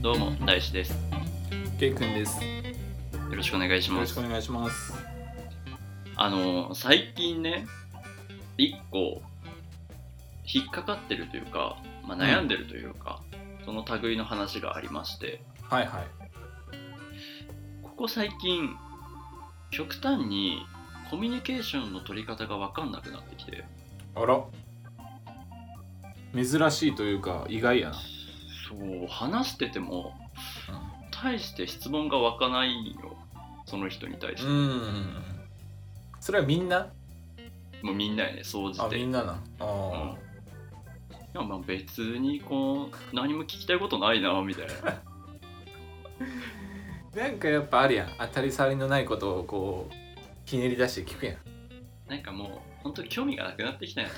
どうも大志ですケイ君です。よろしくお願いしよろましすくお願いします。あの最近ね一個引っかかってるというか、まあ、悩んでるというか、その類の話がありましてはいはい。ここ最近極端にコミュニケーションの取り方が分かんなくなってきてあら。珍しいというか、意外やな。そう話してても大して質問が湧かないよその人に対して、ん。それはみんなもうみんなやね総じあ、てみんなな。うんあいやまあ別にこう何も聞きたいことないなみたいな ーなんかやっぱあるやん。当たり障りのないことをこう、ひねり出して聞くやん。なんかもう本当に興味がなくなってきたよ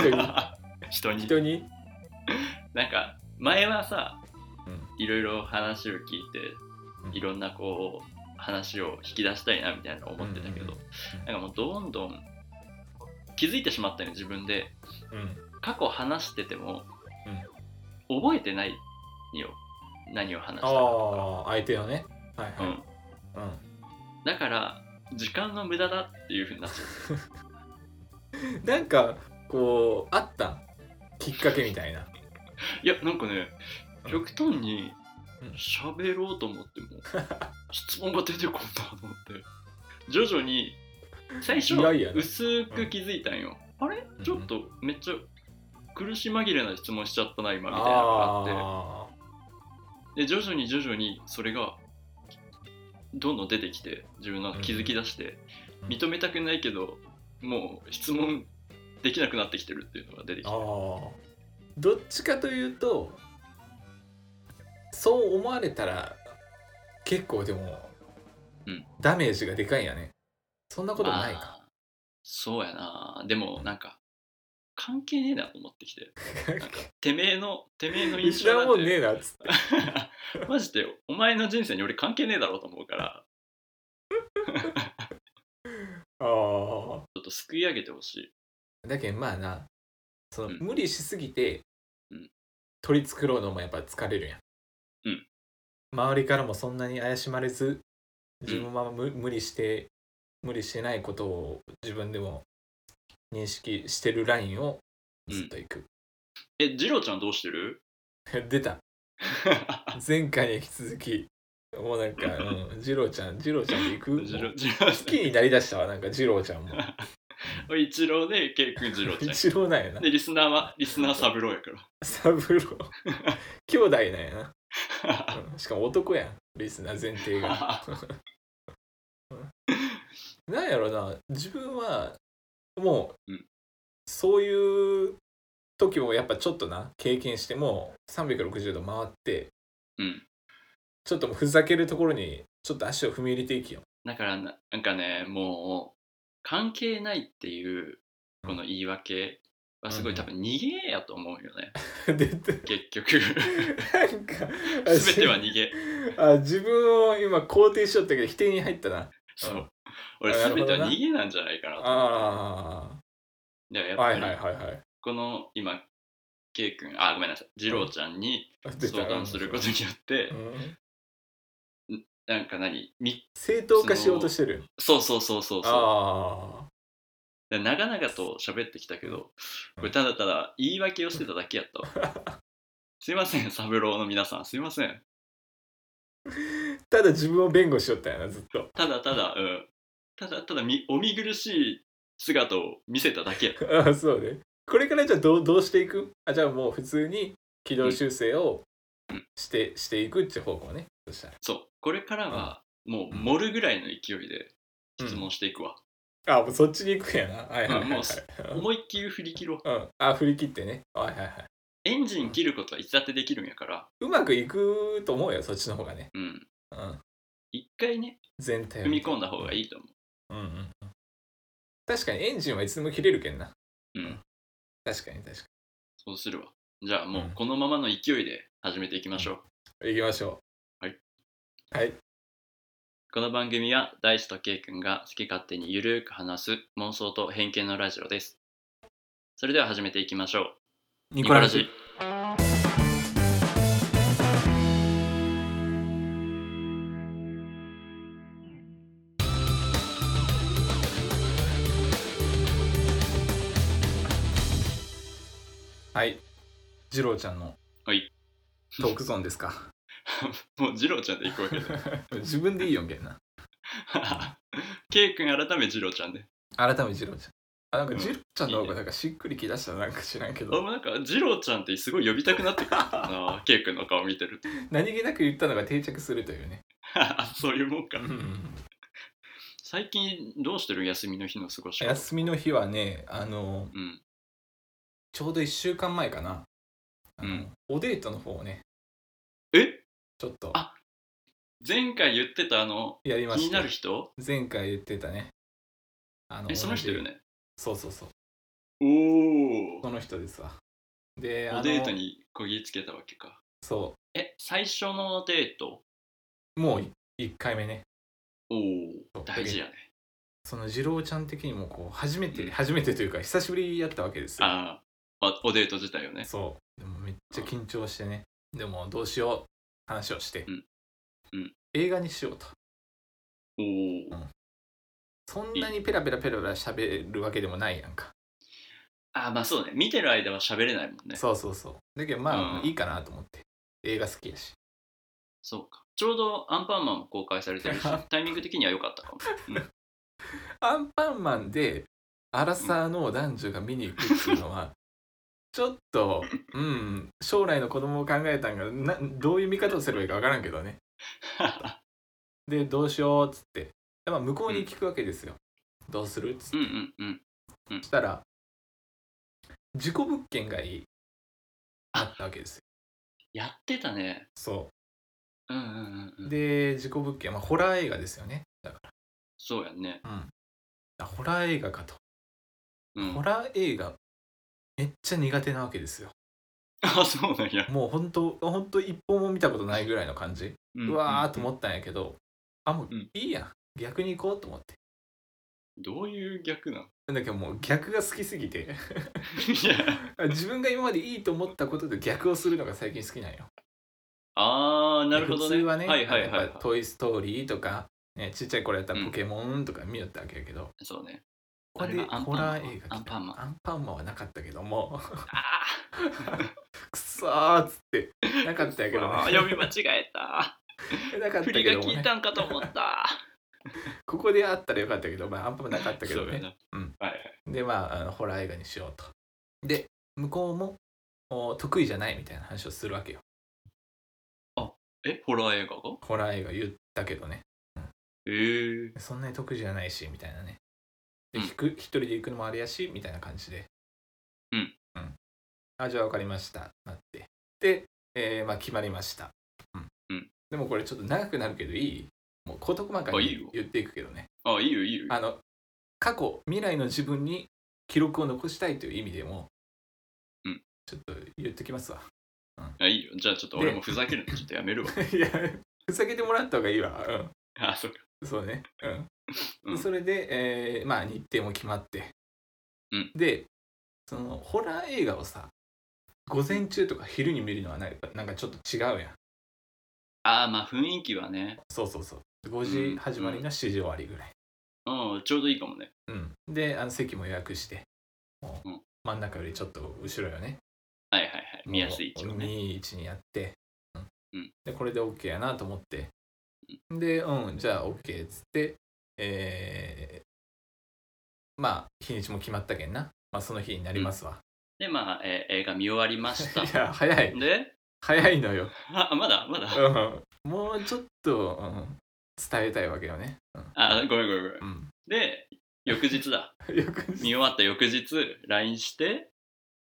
人に。人に人になんか前はさ、うんいろいろ話を聞いうんていろんなこう話を引き出したいなみたいな思ってたけど、うんうんなんかもうどんどん気づいてしまったよ自分でうん。過去話してても、覚えてないよ何を話したかとああ、相手をね。はいか、うはい。ん、だから時間の無駄だっていうふうになっちゃううんなんか、こう、あったきっかけみたいな。いやなんかねうん極端にうん喋ろうと思 っても質問が出てこんなと思って徐々に最初意外やな薄く気づいたんよ、あれうんちょっとめっちゃ苦し紛れな質問しちゃったな今みたいなのがあっあてで徐々に徐々にそれがどんどん出てきて自分の気づき出して、うん認めたくないけどもう質問できなくなってきてるっていうのが出てきあてーどっちかというとそう思われたら結構でも、うんダメージがでかいんやねそんなことないかあーそうやなでもなんか関係ねえなと思ってきてなんかてめえのてめえの印失象うなんもんてねえなっつって マジでお前の人生に俺関係ねえだろうと思うからちあょっとすくい上げてほしいあだけどまあなその、うん無理しすぎて、うん取り繕うのもやっぱ疲れるやん、うん周りからもそんなに怪しまれず自分は無無理して無理してないことを自分でも認識してるラインをずっといく、 えジローちゃんどうしてる出た前回に引き続きもうな んか、うん、ジローちゃんジローちゃんで行くジもロうジロ好きになりだしたわなんかジローちゃん も俺一郎でケイ君ジローちゃん ジローなんやなでリスナーはリスナーサブローやか サブロー兄弟なんやな、 らうんしかも男やんリスナー前 提がなんやろな自分はもう、うんそういう時もやっぱちょっとな経験してもう360度回ってうんちょっともうふざけるところにちょっと足を踏み入れていきよ だからななんかねもう関係ないっていうこの言い訳はすごい多分逃げやと思うよ ね、うでで結局なんかあ全ては逃 げあ自分を今肯定しよったけど否定に入ったなそう俺あなるほ全どてなは逃げなんじゃないかなとあだからやあっぱはいり、はいはいはいこの今 K 君あごめんなさい次郎ちゃんに出た相談することによってう、んなんか何み正当化しようとしてるそうそうそうそうそうあで長々と喋ってきたけどうこんれただただ言い訳をしてただけやったわ すいません三郎の皆さんすいませんあただ自分を弁護しよったんやなずっとただただ、うん、ただただみお見苦しい姿を見せただけやった ああそうねこれからじゃあどうどうしていくあじゃあもう普通に軌道修正をして,、していくって方向ねそしたらそうこれからはもう盛るぐらいの勢いで質問していくわ、あもうそっちに行くんやなはいはいはい、うんはもいうす思いっきり振り切ろううん、あ振り切ってねはいはいはいエンジン切ることはいつだってできるんやからうまくいくと思うよそっちの方がね、うんうん、一回ね全体を踏み込んだ方がいいと思うんうんうん確かにエンジンはいつでも切れるけんなううん確かに確かそうするわじゃあもううんこのままの勢いで始めていきましょう、に行きましょうはいはいこの番組は大志とケイ君が好き勝手にゆるく話す妄想と偏見のラジオですそれでは始めていきましょうニニコラジはい二郎ちゃんのはいトークゾーンですか もう二郎ちゃんで行くわけだ自分でいいよんけんな ケイ君改め二郎ちゃんで改め二郎ちゃんあなんかうん二郎ちゃんの方いいがねなんかしっくりきだしたなんか知らんけ俺どもなんか二郎ちゃんってすごい呼びたくなってくるんだ なケイ君の顔見てる と何気なく言ったのが定着するというねそういうもんか最近どうしてる休みの日の過ごし方休みの日はねあのうんちょうど1週間前かなあのうんおデートの方をねえちょっとあ前回言ってたあのやりま気しにたなる人前回言ってたねあえその人よ同じねそうそうそうおその人ですわであおのデートにこぎつけたわけかそえ最初のデートうもう1回目ねおそおう大事やねその次郎ちゃん的にもこう初めて、うん初めてというか久しぶりやったわけですよあーあおデート自体よねそうでもめっちゃ緊張してねでもどうしよう話をして、うんうん映画にしようとおうおんそんなにペラペラペラペラ喋るわけでもないやんかあーまあそうね見てる間は喋れないもんねそうそうそうだけどまあ、うんいいかなと思って映画好きやしそうかちょうどアンパンマンも公開されて るしタイミング的には良かったかもアンパンマンでアラサーの男女が見に行くっていうのは ちょっとうん将来の子供を考えたんがなどういう見方をすればいいか分からんけどねでどうしようっつって、まあ、向こうに聞くわけですよ、どうするっつっうてん うんうんそしたら事故物件がいいあったわけですよやってたねそうんうんうんううんで事故物件まあホラー映画ですよねだかそうやねら、うん、あホラー映画かと、うんホラー映画めっちゃ苦手なわけですよ あそうなんや、もう本当本当一本も見たことないぐらいの感じ、ううんわーうんと思ったんやけどあもううんいいや、逆に行こうと思ってどういう逆なの だけどもう逆が好きすぎていや自分が今までいいと思ったことで逆をするのが最近好きなんよあーなるほどね普通はね、はいはいはやいっぱトイ・ストーリー」とか、ね、ちっちゃい頃やったら「ポケモン」とか見よったわけやけど、そうねここあでれはアンパホンマランー映画アンパンマンアンパンマンはなかったけども あくそーっつってなかったやけど、あ ね、読み間違えた なかった振けりどがも、効いね、たんかと思ったここであったらよかったけど、まあ、アンパンマンなかったけそどうやねなうんはいはいでまああのホラー映画にしようとで向こうもお得意じゃないみたいな話をするわけよえホラー映画がホラー映画言ったけどねえー、そんなに得意じゃないしみたいなねでうん引く一人で行くのもあれやしみたいな感じでうん、うん、あじゃあ分かりましたなってで、えーまあ、決まりました、うんうんでもこれちょっと長くなるけどいいもう事細かあいいによ言っていくけどねあいいよいいよあの過去未来の自分に記録を残したいという意味でも、うんちょっと言ってきますわ あいいよじゃあちょっとで俺もふざけるのちょっとやめ るわいやふざけてもらった方がいいわ、あそうかうん、そうね、うんうんそれで、えーまあ日程も決まって、うんでそのホラー映画をさ午前中とか昼に見るのはなんかなんかちょっと違うやんああまあ雰囲気はねそうそうそうう5時ん始まりが7時終わりぐらい、うんちょうどいいかもねうんであの席も予約してもううん真ん中よりちょっと後ろよねはいはいはい見やすい位置をね2、1にやって、ううんん、でこれで OK やなと思って、で、うん、じゃあ OK っつって、えー、まあ、日にちも決まったけんな、まあ、その日になりますわ。でまあ、えー映画見終わりました いや、早い、で早いのよ。あ まだまだうん、もうちょっと、うん、伝えたいわけよね。あごめんごめんごめんうん、で翌日だうん、 よく見終わった翌日 LINE して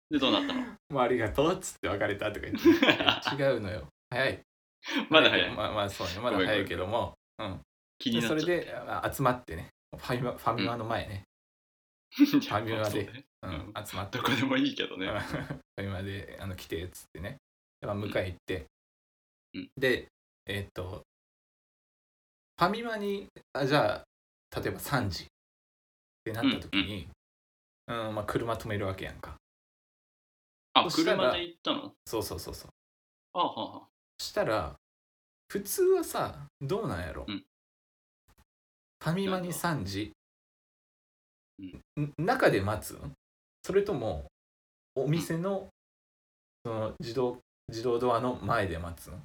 でどうなったの もうありがとうっつって別れたとか言って、違うのよ。早い。まだ早いまあ、まあ、そうね、まだ早いけども、気でになっちそゃっれたであ集まってね、ファミマファミマの前ね。じゃフあァミマでそうねうん、集まってどこでもいいけどね 今であの来てっつってねでまあ迎え行って、うんでえーっとファミマにあじゃあ例えば3時ってなった時に、うんまあ、車止めるわけやんかあそしたら車で行ったのそうそうそうそうあはあはあしたら普通はさどうなんやろ、うんファミマに3時、うんん中で待つんそれともお店のその自動自動ドアの前で待つの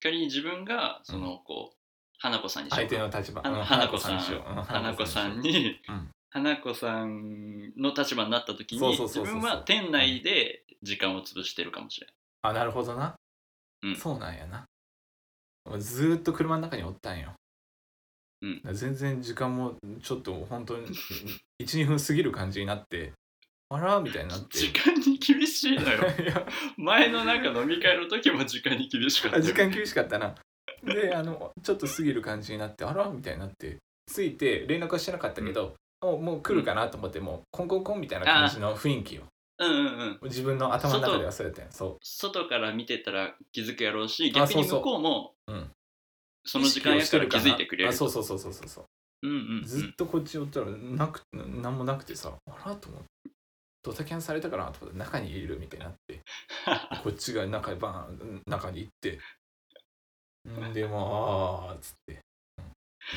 仮に自分がそのこう花子さんにしよ相うか手の立場あのうん花子さんにしよううん花子さにしんように、うん花子さんの立場になった時そうにそう自そうそう分は店内で時間を潰してるかもしれないあなるほどな、うんそうなんやなずーっと車の中におったんよ、うん全然時間もちょっと本当に12分過ぎる感じになってあらみたいになって時間に厳しいのよ いや前のなんか飲み会の時も時間に厳しかったあよ時間厳しかったなであのちょっと過ぎる感じになってあらみたいになって着いて連絡はしてなかったけど、もうもう来るかなと思ってもうコンコンコンみたいな感じの雰囲気をうんうんうん自分の頭の中ではそうやったんやそう外から見てたら気づくやろうしあ逆に向こうもそうそううんその時間やから気づいてくれるあそうそうそうそうそうそううんうんうずっんとこっち寄ったらなくなんもなくてさあらと思ってドタキャンされたかなと思って中にいるみたいになってこっちが中にバーン中に行ってんでもあーっつって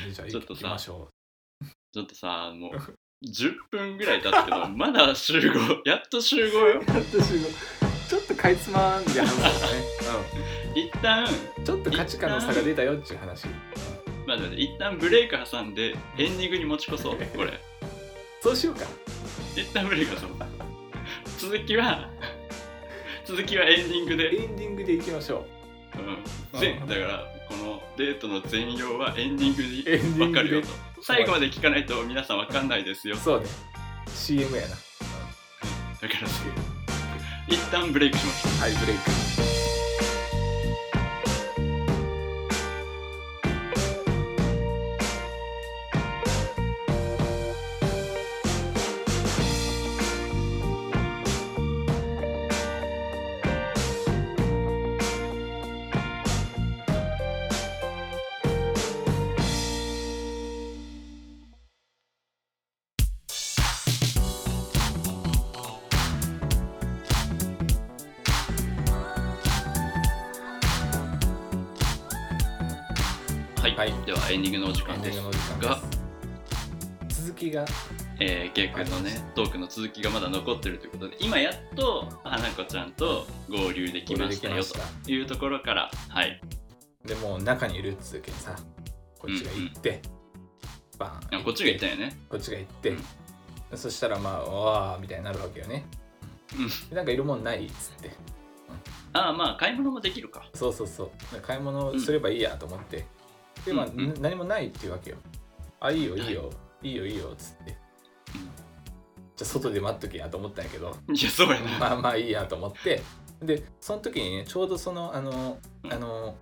うんじゃあちょっ行ときさましょ ちょっとさもう10分ぐらい経ってもまだ集合やっと集合よう私のちょっとかいつまんで話そうね、一旦うん、ちょっと価値観の差が出たよっていう話まあ、待って一旦ブレイク挟んでエンディングに持ち越そうこれそうしようか一旦ブレイク挟む続きは続きはエンディングで、エンディングで行きましょうん、ぜうんだからこのデートの全容はエンディングうエンデにィン分かグるよでと最後まで聞かないと皆さん分かんないですよそうね CM やなだからす一旦ブレイクしましょうはいブレイクはい、はいではエンディングのお時エ間ンデでィンすグの時間です続きがえー、ゲイ君のねトークの続きがまだ残ってるということで今やっと花子ちゃんと合流できましたよたというところからはいでもう中にいるっつうけんさこっちが行って、バーンあこっちが言ったてよねこっちが行って、そしたらまあうわーみたいになるわけよね、でなんかいるもんないっつってああまあ買い物もできるかそうそうそう買い物すればいいやと思って、でまあ、うんうんな何もないっていうわけよあいいよいいよ、い、いよいいよっつって、うんじゃあ外で待っとけやと思ったんやけど いやそうやな、 まあまあいいやと思ってでその時にねちょうどそのあのうんあの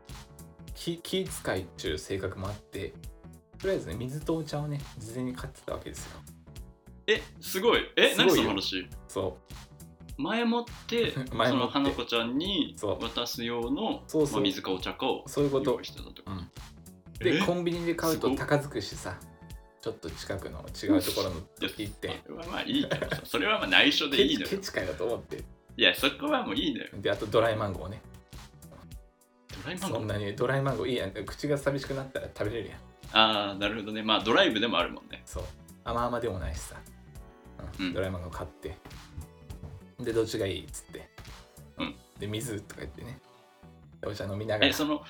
気気遣いっちゅう性格もあってとりあえずね水とお茶をね事前に買ってたわけですよえすごいえす何ごいよその話そ前もって 前もそのって花子ちゃんにそう渡す用のそうそうまあ、水かお茶かをうそういうこと用意してたとうんかでえコンビニで買うとすごっ高づくしさちょっと近くの違うところの行ってそれはまあいいけどさそれはまあ内緒でケいいチのケよチかよと思っていやそこはもういいのよであとドライマンゴーねドライマンゴそーんなにドライマンゴーいいやん口が寂しくなったら食べれるやんああなるほどねまあドライブでもあるもんねそう甘々でもないしさ、うんうんドラえもんを買ってでどっちがいいっつって、うんで水とか言ってねでお茶飲みながらえその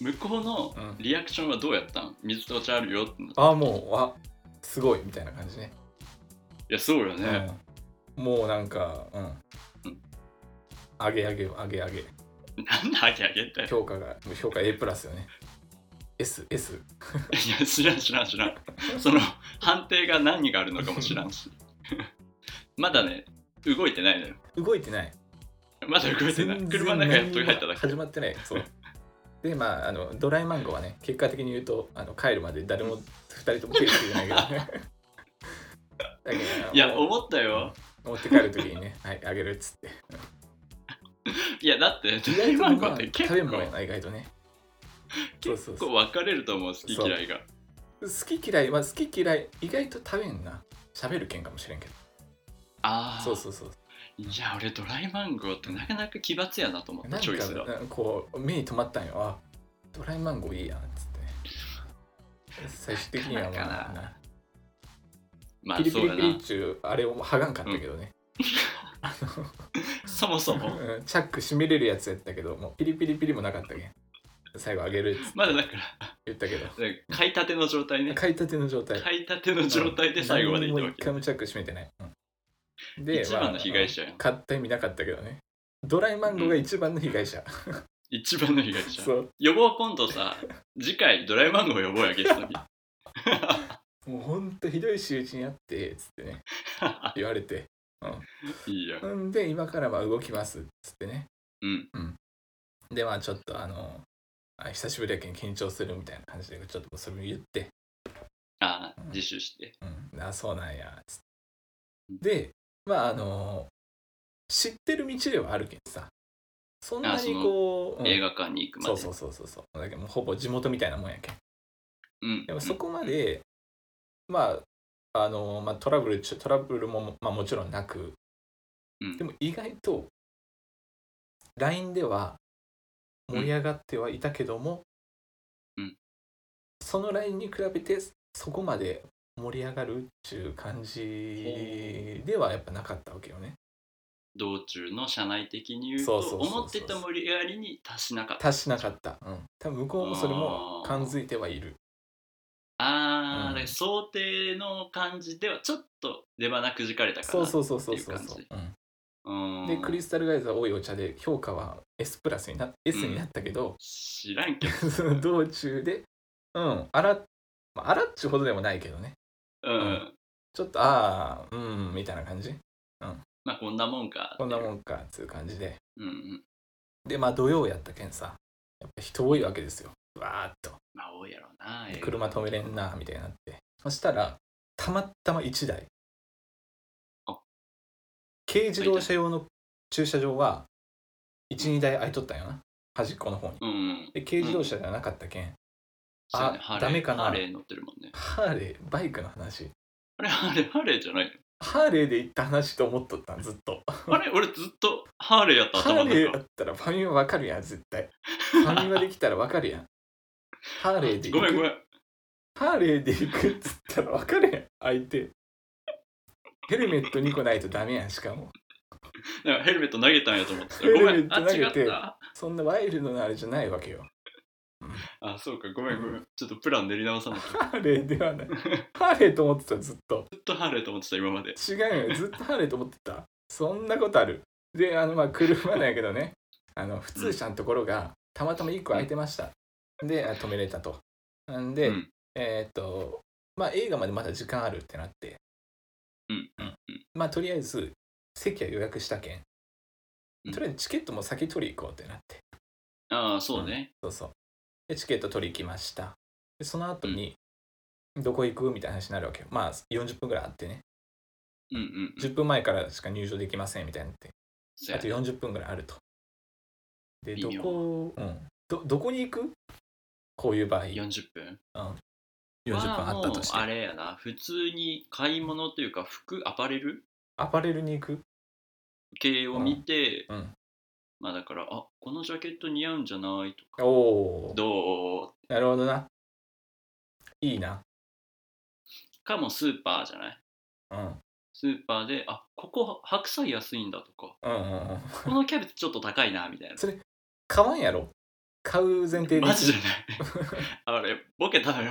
向こうのうんリアクションはどうやったん水とお茶あるよってなああもうあすごいみたいな感じねいやそうよね、うんもうなんかうんうんあげあげあげあげなんだあげあげって評価がもう評価 A プラスよねい SS や知らん知らん知らんその判定が何があるのかも知らんし まだね動いてないのよ動いてないまだ動いてない全然車の中やっと入っただけ始まってないそうでまああのドライマンゴーはね結果的に言うとあの帰るまで誰も2人とも手ついてないけど ねだけどいやもう思ったよ持って帰る時にねはいあげるっつっていやだって意ドライマンゴーっまあて食結べ構物やな意外とねそう結そう構そう分かれると思う好き嫌いが好き嫌いは好き嫌い意外と食べんな喋るけんかもしれんけどああそうそうそういや俺ドライマンゴーってなかなか奇抜やなと思っなたんチョイスがかこう目に留まったんよあドライマンゴーいいやんっつってね最終的にはなかなまかあまあピリそピうリやピなリっちゅうあれを剥がんかったけどね、そもそもうんチャック閉めれるやつやったけどもうピリピリピリもなかったけん最後あげるってまだだから言ったけど買いたての状態ね買いたての状態買いたての状態で最後までいったわ一け回もチャック閉めてない、うんで一番の被害者者やん買った意味なかったけどねドライマンゴが一番の被害者、一番の被害者そう予防今度さ次回ドライマンゴー呼ぼうやゲストに もうほんとひどい仕打ちにあってつってね言われていいやんで今からは動きますっつってねうんでまあちょっとあのあ久しぶりやけん緊張するみたいな感じでちょっとそれも言って、ああ自首してうん、あそうなんやつってでまああの知ってる道ではあるけんさそんなあそにのこう、うん映画館に行くまでそうそうそうそうそうだけどもうほぼ地元みたいなもんやけんうんでもそこまで、まああのまあトラブルちょトラブルも、まあ、もちろんなくうんでも意外と LINE では盛り上がってはいたけどうも、んその LINE に比べてそこまで盛り上がるっていう感じではやっぱなかったわけよね。道中の社内的に言うとそうそうそうそう思ってた盛り上がりに達しなかった達しなかった。うん、多分向こうもそれも感づいてはいる。あー、うだんから想定の感じではちょっと出花くじかれたかなそうそうそうそうそうっていうそ感うじ。うんうんでクリスタルガイズは多いお茶で評価は S プラスにな S になったけど、 知らんけどその道中でうんあらまああらっちゅうほどでもないけどねうん、うんちょっとああうんみたいな感じまあこんなもんかこんなもん、んかっつう感じでうんうん、でまあ土曜やったけんさやっぱ人多いわけですよわーっとまあ多いやろうなで映画車止めれんなみたいになってそしたらたまたま1台あ軽自動車用の駐車場は12台空いとったんよな端っこの方にうんうんで軽自動車じゃなかったけん、そうやねあハーレーダメかなハーレー乗ってるもんねハーレーバイクの話あれハーレーハーレーじゃないのハーレーで行った話と思っとったんずっとあれ俺ずっとハーレーやったハ頭のーレー中だったらファミマわかるやん絶対ファミマできたらわかるやんハーレーで行ごめんごめくんハーレーで行くっつったらわかるやん相手ヘルメット2個ないとダメやんしかもなんかヘルメット投げたんやと思ってたヘルごメめッんトあ違投げてったそんなワイルドなあれじゃないわけよあそうかごめんごめんちょっとプラン練り直さなきゃハーレーではないハーレーと思ってたずっとずっとハーレーと思ってた今まで違うよずっとハーレーと思ってたそんなことあるであのまあ車なんやけどねあの普通車のところがたまたま1個空いてましたであ止めれたとんで、うんえーっとまあ映画までまだ時間あるってなってうんうんまあとりあえず席は予約したけんうんとりあえずチケットも先取り行こうってなってああそうねそうそうでチケット取り行きましたでその後にどこ行くみたいな話になるわけよまあ40分ぐらいあってねうんうんうん10分前からしか入場できませんみたいになってそうあやとね40分ぐらいあると。で、微ど妙こ、うん、ど、どこに行くこういう場合、40 40分分はあったとしもうあて。れやな普通に買い物というか服アパレルアパレルに行く系を見て、うん。まあだからあこのジャケット似合うんじゃないとかおおー、どうなるほどな。いいな。かもスーパーじゃないうん。うんスーパーであここ白菜安いんだとかうんうん。このキャベツちょっと高いなみたいなそ買わんやろ。買う前提で。マジ じゃないあれボケたのよ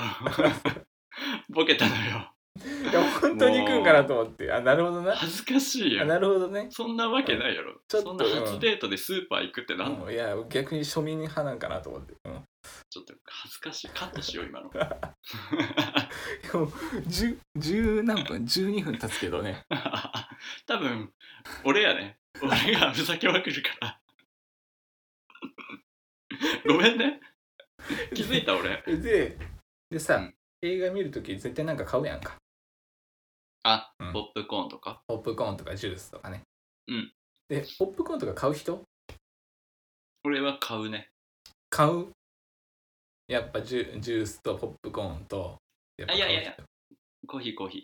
ボケたのよいや、本当に行くんかなと思って。あ、なるほどな。恥ずかしいあやなんるほどね。そんなわけないやろちょっとそんな初デートでスーパー行くってなんの、うんいや、逆に庶民派なんかなと思って。うん。ちょっと恥ずかしいカットしよう今の でも、十、十何分 ?12 分経つけどね。多分俺やね俺がふざけまくるからごめんね気づいた俺ででさ、うん映画見るとき絶対なんか買うやんかあ、うんポップコーンとかポップコーンとかジュースとかねうんでポップコーンとか買う人俺は買うね買うやっぱジュジュースとポップコーンとやっぱ買う人あいやいやいコーヒーコーヒ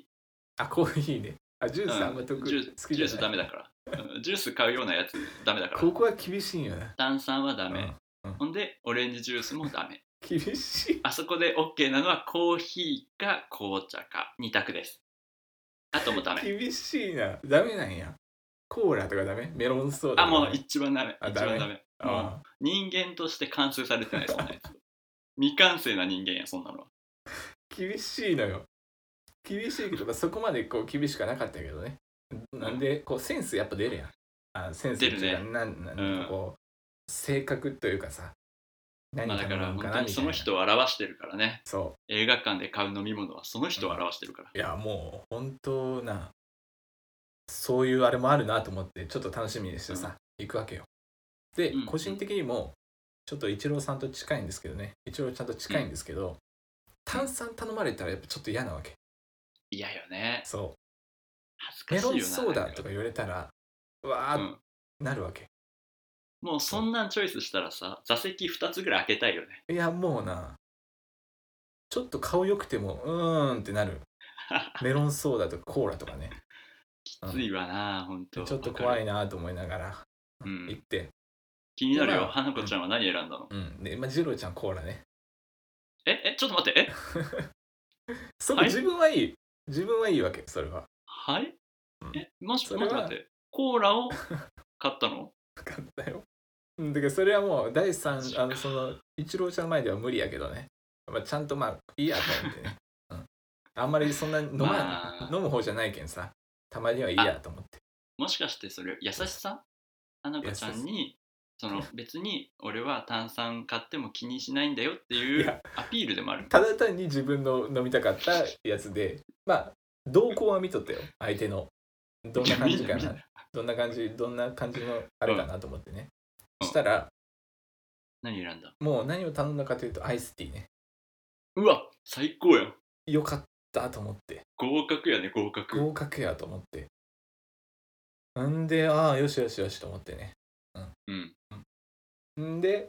ーあコーヒーねあジュースあんま得、うんジュース好きジューじゃないスダメだから、うんジュース買うようなやつダメだからここは厳しいんよな炭酸はダメ、うんほんでオレンジジュースもダメ厳しいあそこで OK なのはコーヒーか紅茶か2択ですあともダメ 厳しいなダメなんやコーラとかダメメロンソーダあ、とかもダうメ一番ダメ。あ一番ダダメ。もうあ人間として完成されてない、そん なやつ。未完成な人間や、そんなのは。ー厳しいのよ厳しいけどまあそこまでこう厳しくはなかったけどねなんでこうセンスやっぱ出るやんあセンスっていうか出るなんなんうんかこう性格というかさ何まあ、だから頼む本か当なにみそたいのな人を表してるからね。そう映画館で買う飲み物はその人を表してるから。いやもう本当なそういうあれもあるなと思ってちょっと楽しみにしてさ、行くわけよで、うん個人的にもちょっとイチローさんと近いんですけどねイチローちゃんと近いんですけど、炭酸頼まれたらやっぱちょっと嫌なわけ嫌よね。そ恥ずうかメしいよロな。ンソーダとか。か言われたらうわうーん。ってなるわけ、もうそんなんチョイスしたらさ、座席2つぐらい開けたいよね。いやもうなちょっと顔良くてもうーんってなるメロンソーダとかコーラとか ねきついわな、本ち当。ょっと怖わかいる。なと思いながらうん行って、気になるまよ。あ花子ちゃんは何選んだのうん、で、まあ、ジローちゃんコーラねえ、え、ちょっと待って。え、そはこい自分はいい。自分はいいわけ、それは。はいうんえ、もしそ待れっはて待って。コーラ を買ったの分かったよ。うんだからそれはもう、第三、あの、その、一郎ちゃんの前では無理やけどね。まあ、ちゃんとまあ、いいやと思って ね。うん、あんまりそんなに飲まない、まあ飲む方じゃないけんさ。たまにはいいやと思って。もしかしてそれ優しさ花子ちゃんにその 別に俺は炭酸買っても気にしないんだよっていいうやアピールでもあるただ単に自分の飲みたかったやつで、まあ、動向は見とったよ、相手の。どんな感じかいやな見。どんな感じ、どんな感じのあれかなと思ってね。うんしたら、何選んだもう何を頼んだかというと、アイスティーね。うわ最高やんよかったと思って。合格やね合格合格やと思って。んで、ああ、よしよしよしと思ってね。うんんで、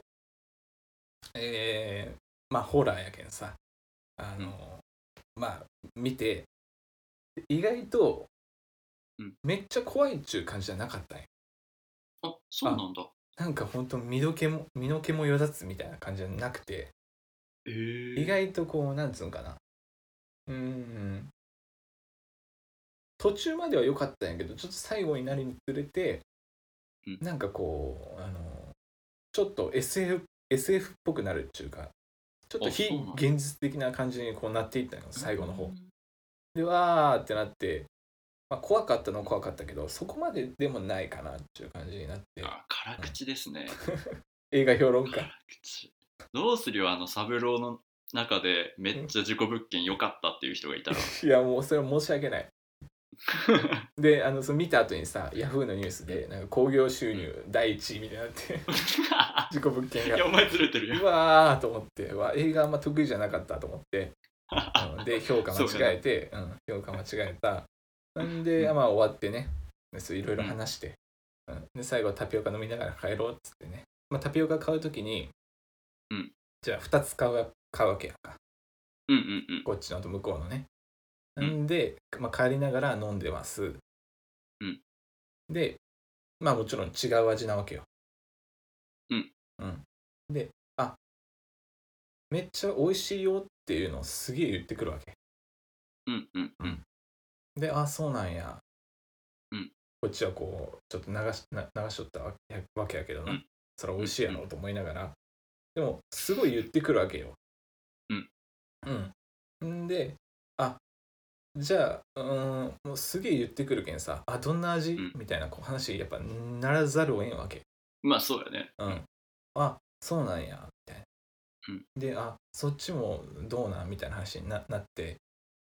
えー、まあ、ホラーやけんさ。あの、まあ、見て、意外とうん、めっちゃ怖いっちゅう感じじゃなかったんよ。あそうなんだなんかほんと身の毛も、身の毛もよだつみたいな感じじゃなくて、え意ー、外とこう、なんつうんかな。うーん。途中までは良かったんやけど、ちょっと最後になるにつれて、うんなんかこう、あの、ちょっと SF, SF っぽくなるっていうか、ちょっとあ非そうなんだ現実的な感じにこうなっていったの、最後の方。で、わーってなって、まあ、怖かったのは怖かったけど、そこまででもないかなっていう感じになって、あ辛口ですね映画評論家辛。口どうするよあのサブローの中でめっちゃ事故物件良かったっていう人がいたらいや、もうそれは申し訳ない。であのその見た後にさヤフーのニュースでなんか興行収入第1位みたいになって事故物件いやがお前ずれてるようわーと思ってうわ映画あんま得意じゃなかったと思って、うんで評価間違えてう、ん、評価間違えたなんで、うんまあ終わってねでそういろいろ話して、うんで最後タピオカ飲みながら帰ろうっつってね、まあ、タピオカ買う時に、うんじゃあ2つ買うわ買うわけやんかうんうんうんこっちのと向こうのね。うんなんで、まあ、帰りながら飲んでます。うんで、まあもちろん違う味なわけよ。うん。うん、で、あめっちゃ美味しいよっていうのをすげえ言ってくるわけ。うんうんうんで、あ、そうなんや。うんこっちはこう、ちょっと流しな流しとったわけやわけやけどな。うんそれ美味しいやろうと思いながら。でも、すごい言ってくるわけよ。うん。うん。んで、あじゃあ、うーん、もうすげえ言ってくるけんさ、あ、どんな味、うんみたいなこう話、やっぱならざるをえんわけ。まあそうやねうん。あ、そうなんや、みたいな。うんで、あ、そっちもどうなんみたいな話にななって、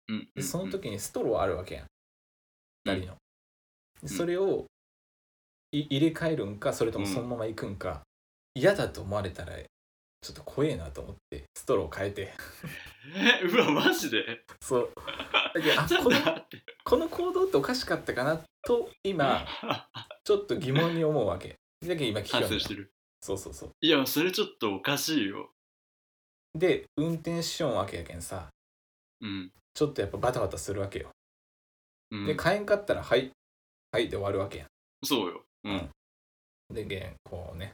うんうんうでんその時にストローあるわけやんうん二人の、でそれをい入れ替えるんかそれともうんそのまま行くんか、嫌だと思われたらちょっと怖えなと思ってストロー変えて えうわマジでそうだけどあちょっとこ の待ってこの行動っておかしかったかなと今ちょっと疑問に思うわけだけど今聞反く省よしてるそうそうそういやそれちょっとおかしいよで運転しようわけやけんさうん、ちょっとやっぱバタバタするわけよ、うん、で買えんかったらはいはいで終わるわけやんそうようん、うんで、現こうね、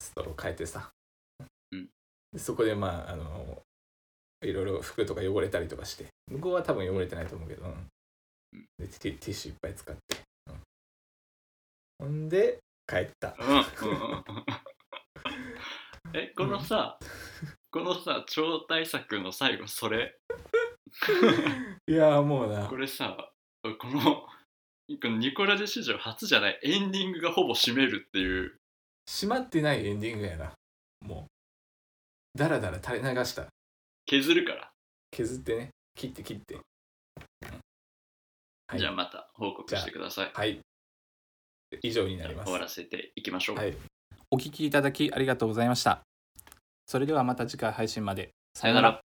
ストロー変えてさ。うんでそこで、まあ、あの、いろいろ服とか汚れたりとかして、向こうは多分汚れてないと思うけど、うんうんでティティッシュいっぱい使って、うんほんで帰ったうんうんうんえこのさ、このさ超大作の最後それいやーもうなこれさこのこのニコラジ史上初じゃないエンディングがほぼ締めるっていう閉まってないエンディングやなもうだらだら垂れ流した削るから、削ってね切って切ってはいじゃあまた報告してくださいはい以上になります終わらせていきましょう、はいお聞きいただきありがとうございましたそれではまた次回配信までさよなら